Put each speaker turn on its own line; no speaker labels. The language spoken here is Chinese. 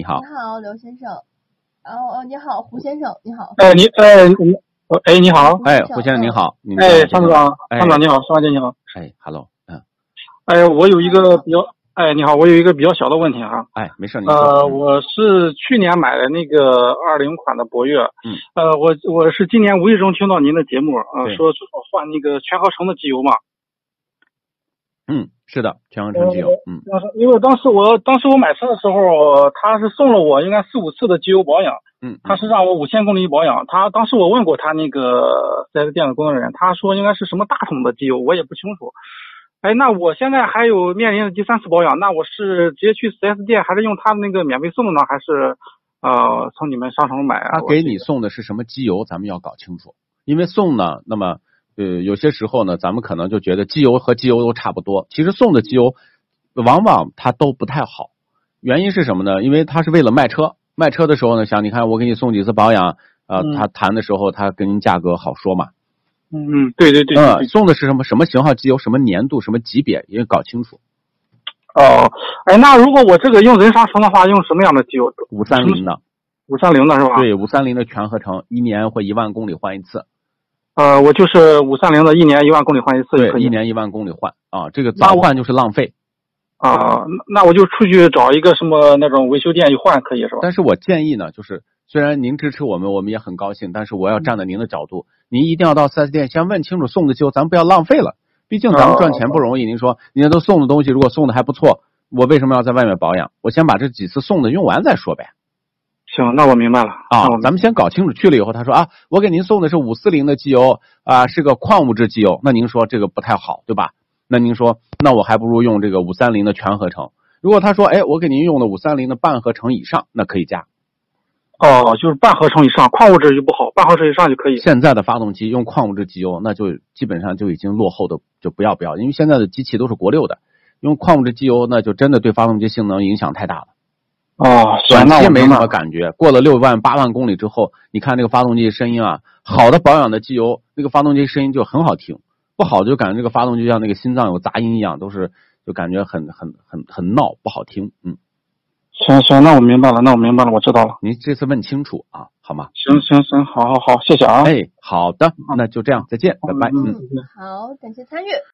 你好，
你好，刘先生。哦哦，你好，胡先生，你好。
哎，你哎你我哎你好，
哎，胡先生您好，您
哎
好
张组，长，
哎
张组长你好，张大姐你好，
哎，hello，嗯，
哎我有一个比较哎你好，我有一个比较小的问题啊，
哎，没事，您
呃
说，
我是去年买的那个二零款的博越，
嗯，
呃我我是今年无意中听到您的节目啊、
对
说说换那个全合成的机油嘛，
嗯，嗯是的，全航城机油，嗯，
当时呃因为当时我当时我买车的时候，他是送了我应该四五次的机油保养，
嗯，
他是让我五千公里保养，他当时我问过他那个四 S 店的工作人员，他说应该是什么大桶的机油，我也不清楚。哎，那我现在还有面临的第三次保养，那我是直接去四 S 店，还是用他们那个免费送的呢，还是呃从你们商城买啊？
他给你送的是什么机油，咱们要搞清楚，因为送呢，那么呃，有些时候呢，咱们可能就觉得机油和机油都差不多，其实送的机油往往它都不太好，原因是什么呢？因为他是为了卖车，卖车的时候呢，想你看我给你送几次保养，呃，
嗯
他谈的时候他跟您价格好说嘛，
嗯嗯，对对对对对
嗯，送的是什么什么型号机油，什么粘度，什么级别，也搞清楚。
哦，哎，那如果我这个用人商城的话，用什么样的机油？
五三零的，
五三零的是吧？。
对，五三零的全合成，一年或一万公里换一次，
呃，我就是五三零的，一年一万公里换一次就可
对，
以。
一年一万公里换啊，这个
那
早
我
换就是浪费。
啊、那那我就出去找一个什么那种维修店一换可以是吧？
但是我建议呢，就是虽然您支持我们，我们也很高兴，但是我要站在您的角度，您一定要到四 S 店先问清楚送的机油，咱不要浪费了。毕竟咱们赚钱不容
嗯
易，您说人家都送的东西，如果送的还不错，我为什么要在外面保养？我先把这几次送的用完再说呗。
行，那我明白了
啊
那我，明
咱们先搞清楚去了以后，他说啊，我给您送的是五四零的机油啊，是个矿物质机油，那您说这个不太好，对吧？那您说，那我还不如用这个五三零的全合成。如果他说，哎，我给您用的五三零的半合成以上，那可以加。
哦，就是半合成以上，矿物质就不好，半合成以上就可以。
现在的发动机用矿物质机油，那就基本上就已经落后的就不要不要，因为现在的机器都是国六的，用矿物质机油那就真的对发动机性能影响太大了。
哦，行，
短
那
期
我
没
明
什
白
么
了。
感觉，过了六万八万公里之后，你看这个发动机的声音啊，好的保养的机油，那个发动机声音就很好听；不好的就感觉这个发动机像那个心脏有杂音一样，都是就感觉很很很很闹，不好听。嗯，
行行，那我明白了，那我明白了，我知道了。
您这次问清楚啊，好吗？哎
行行行，好好好，谢谢啊。
哎，好的，那就这样，再见，拜拜。嗯。
好，感谢参与。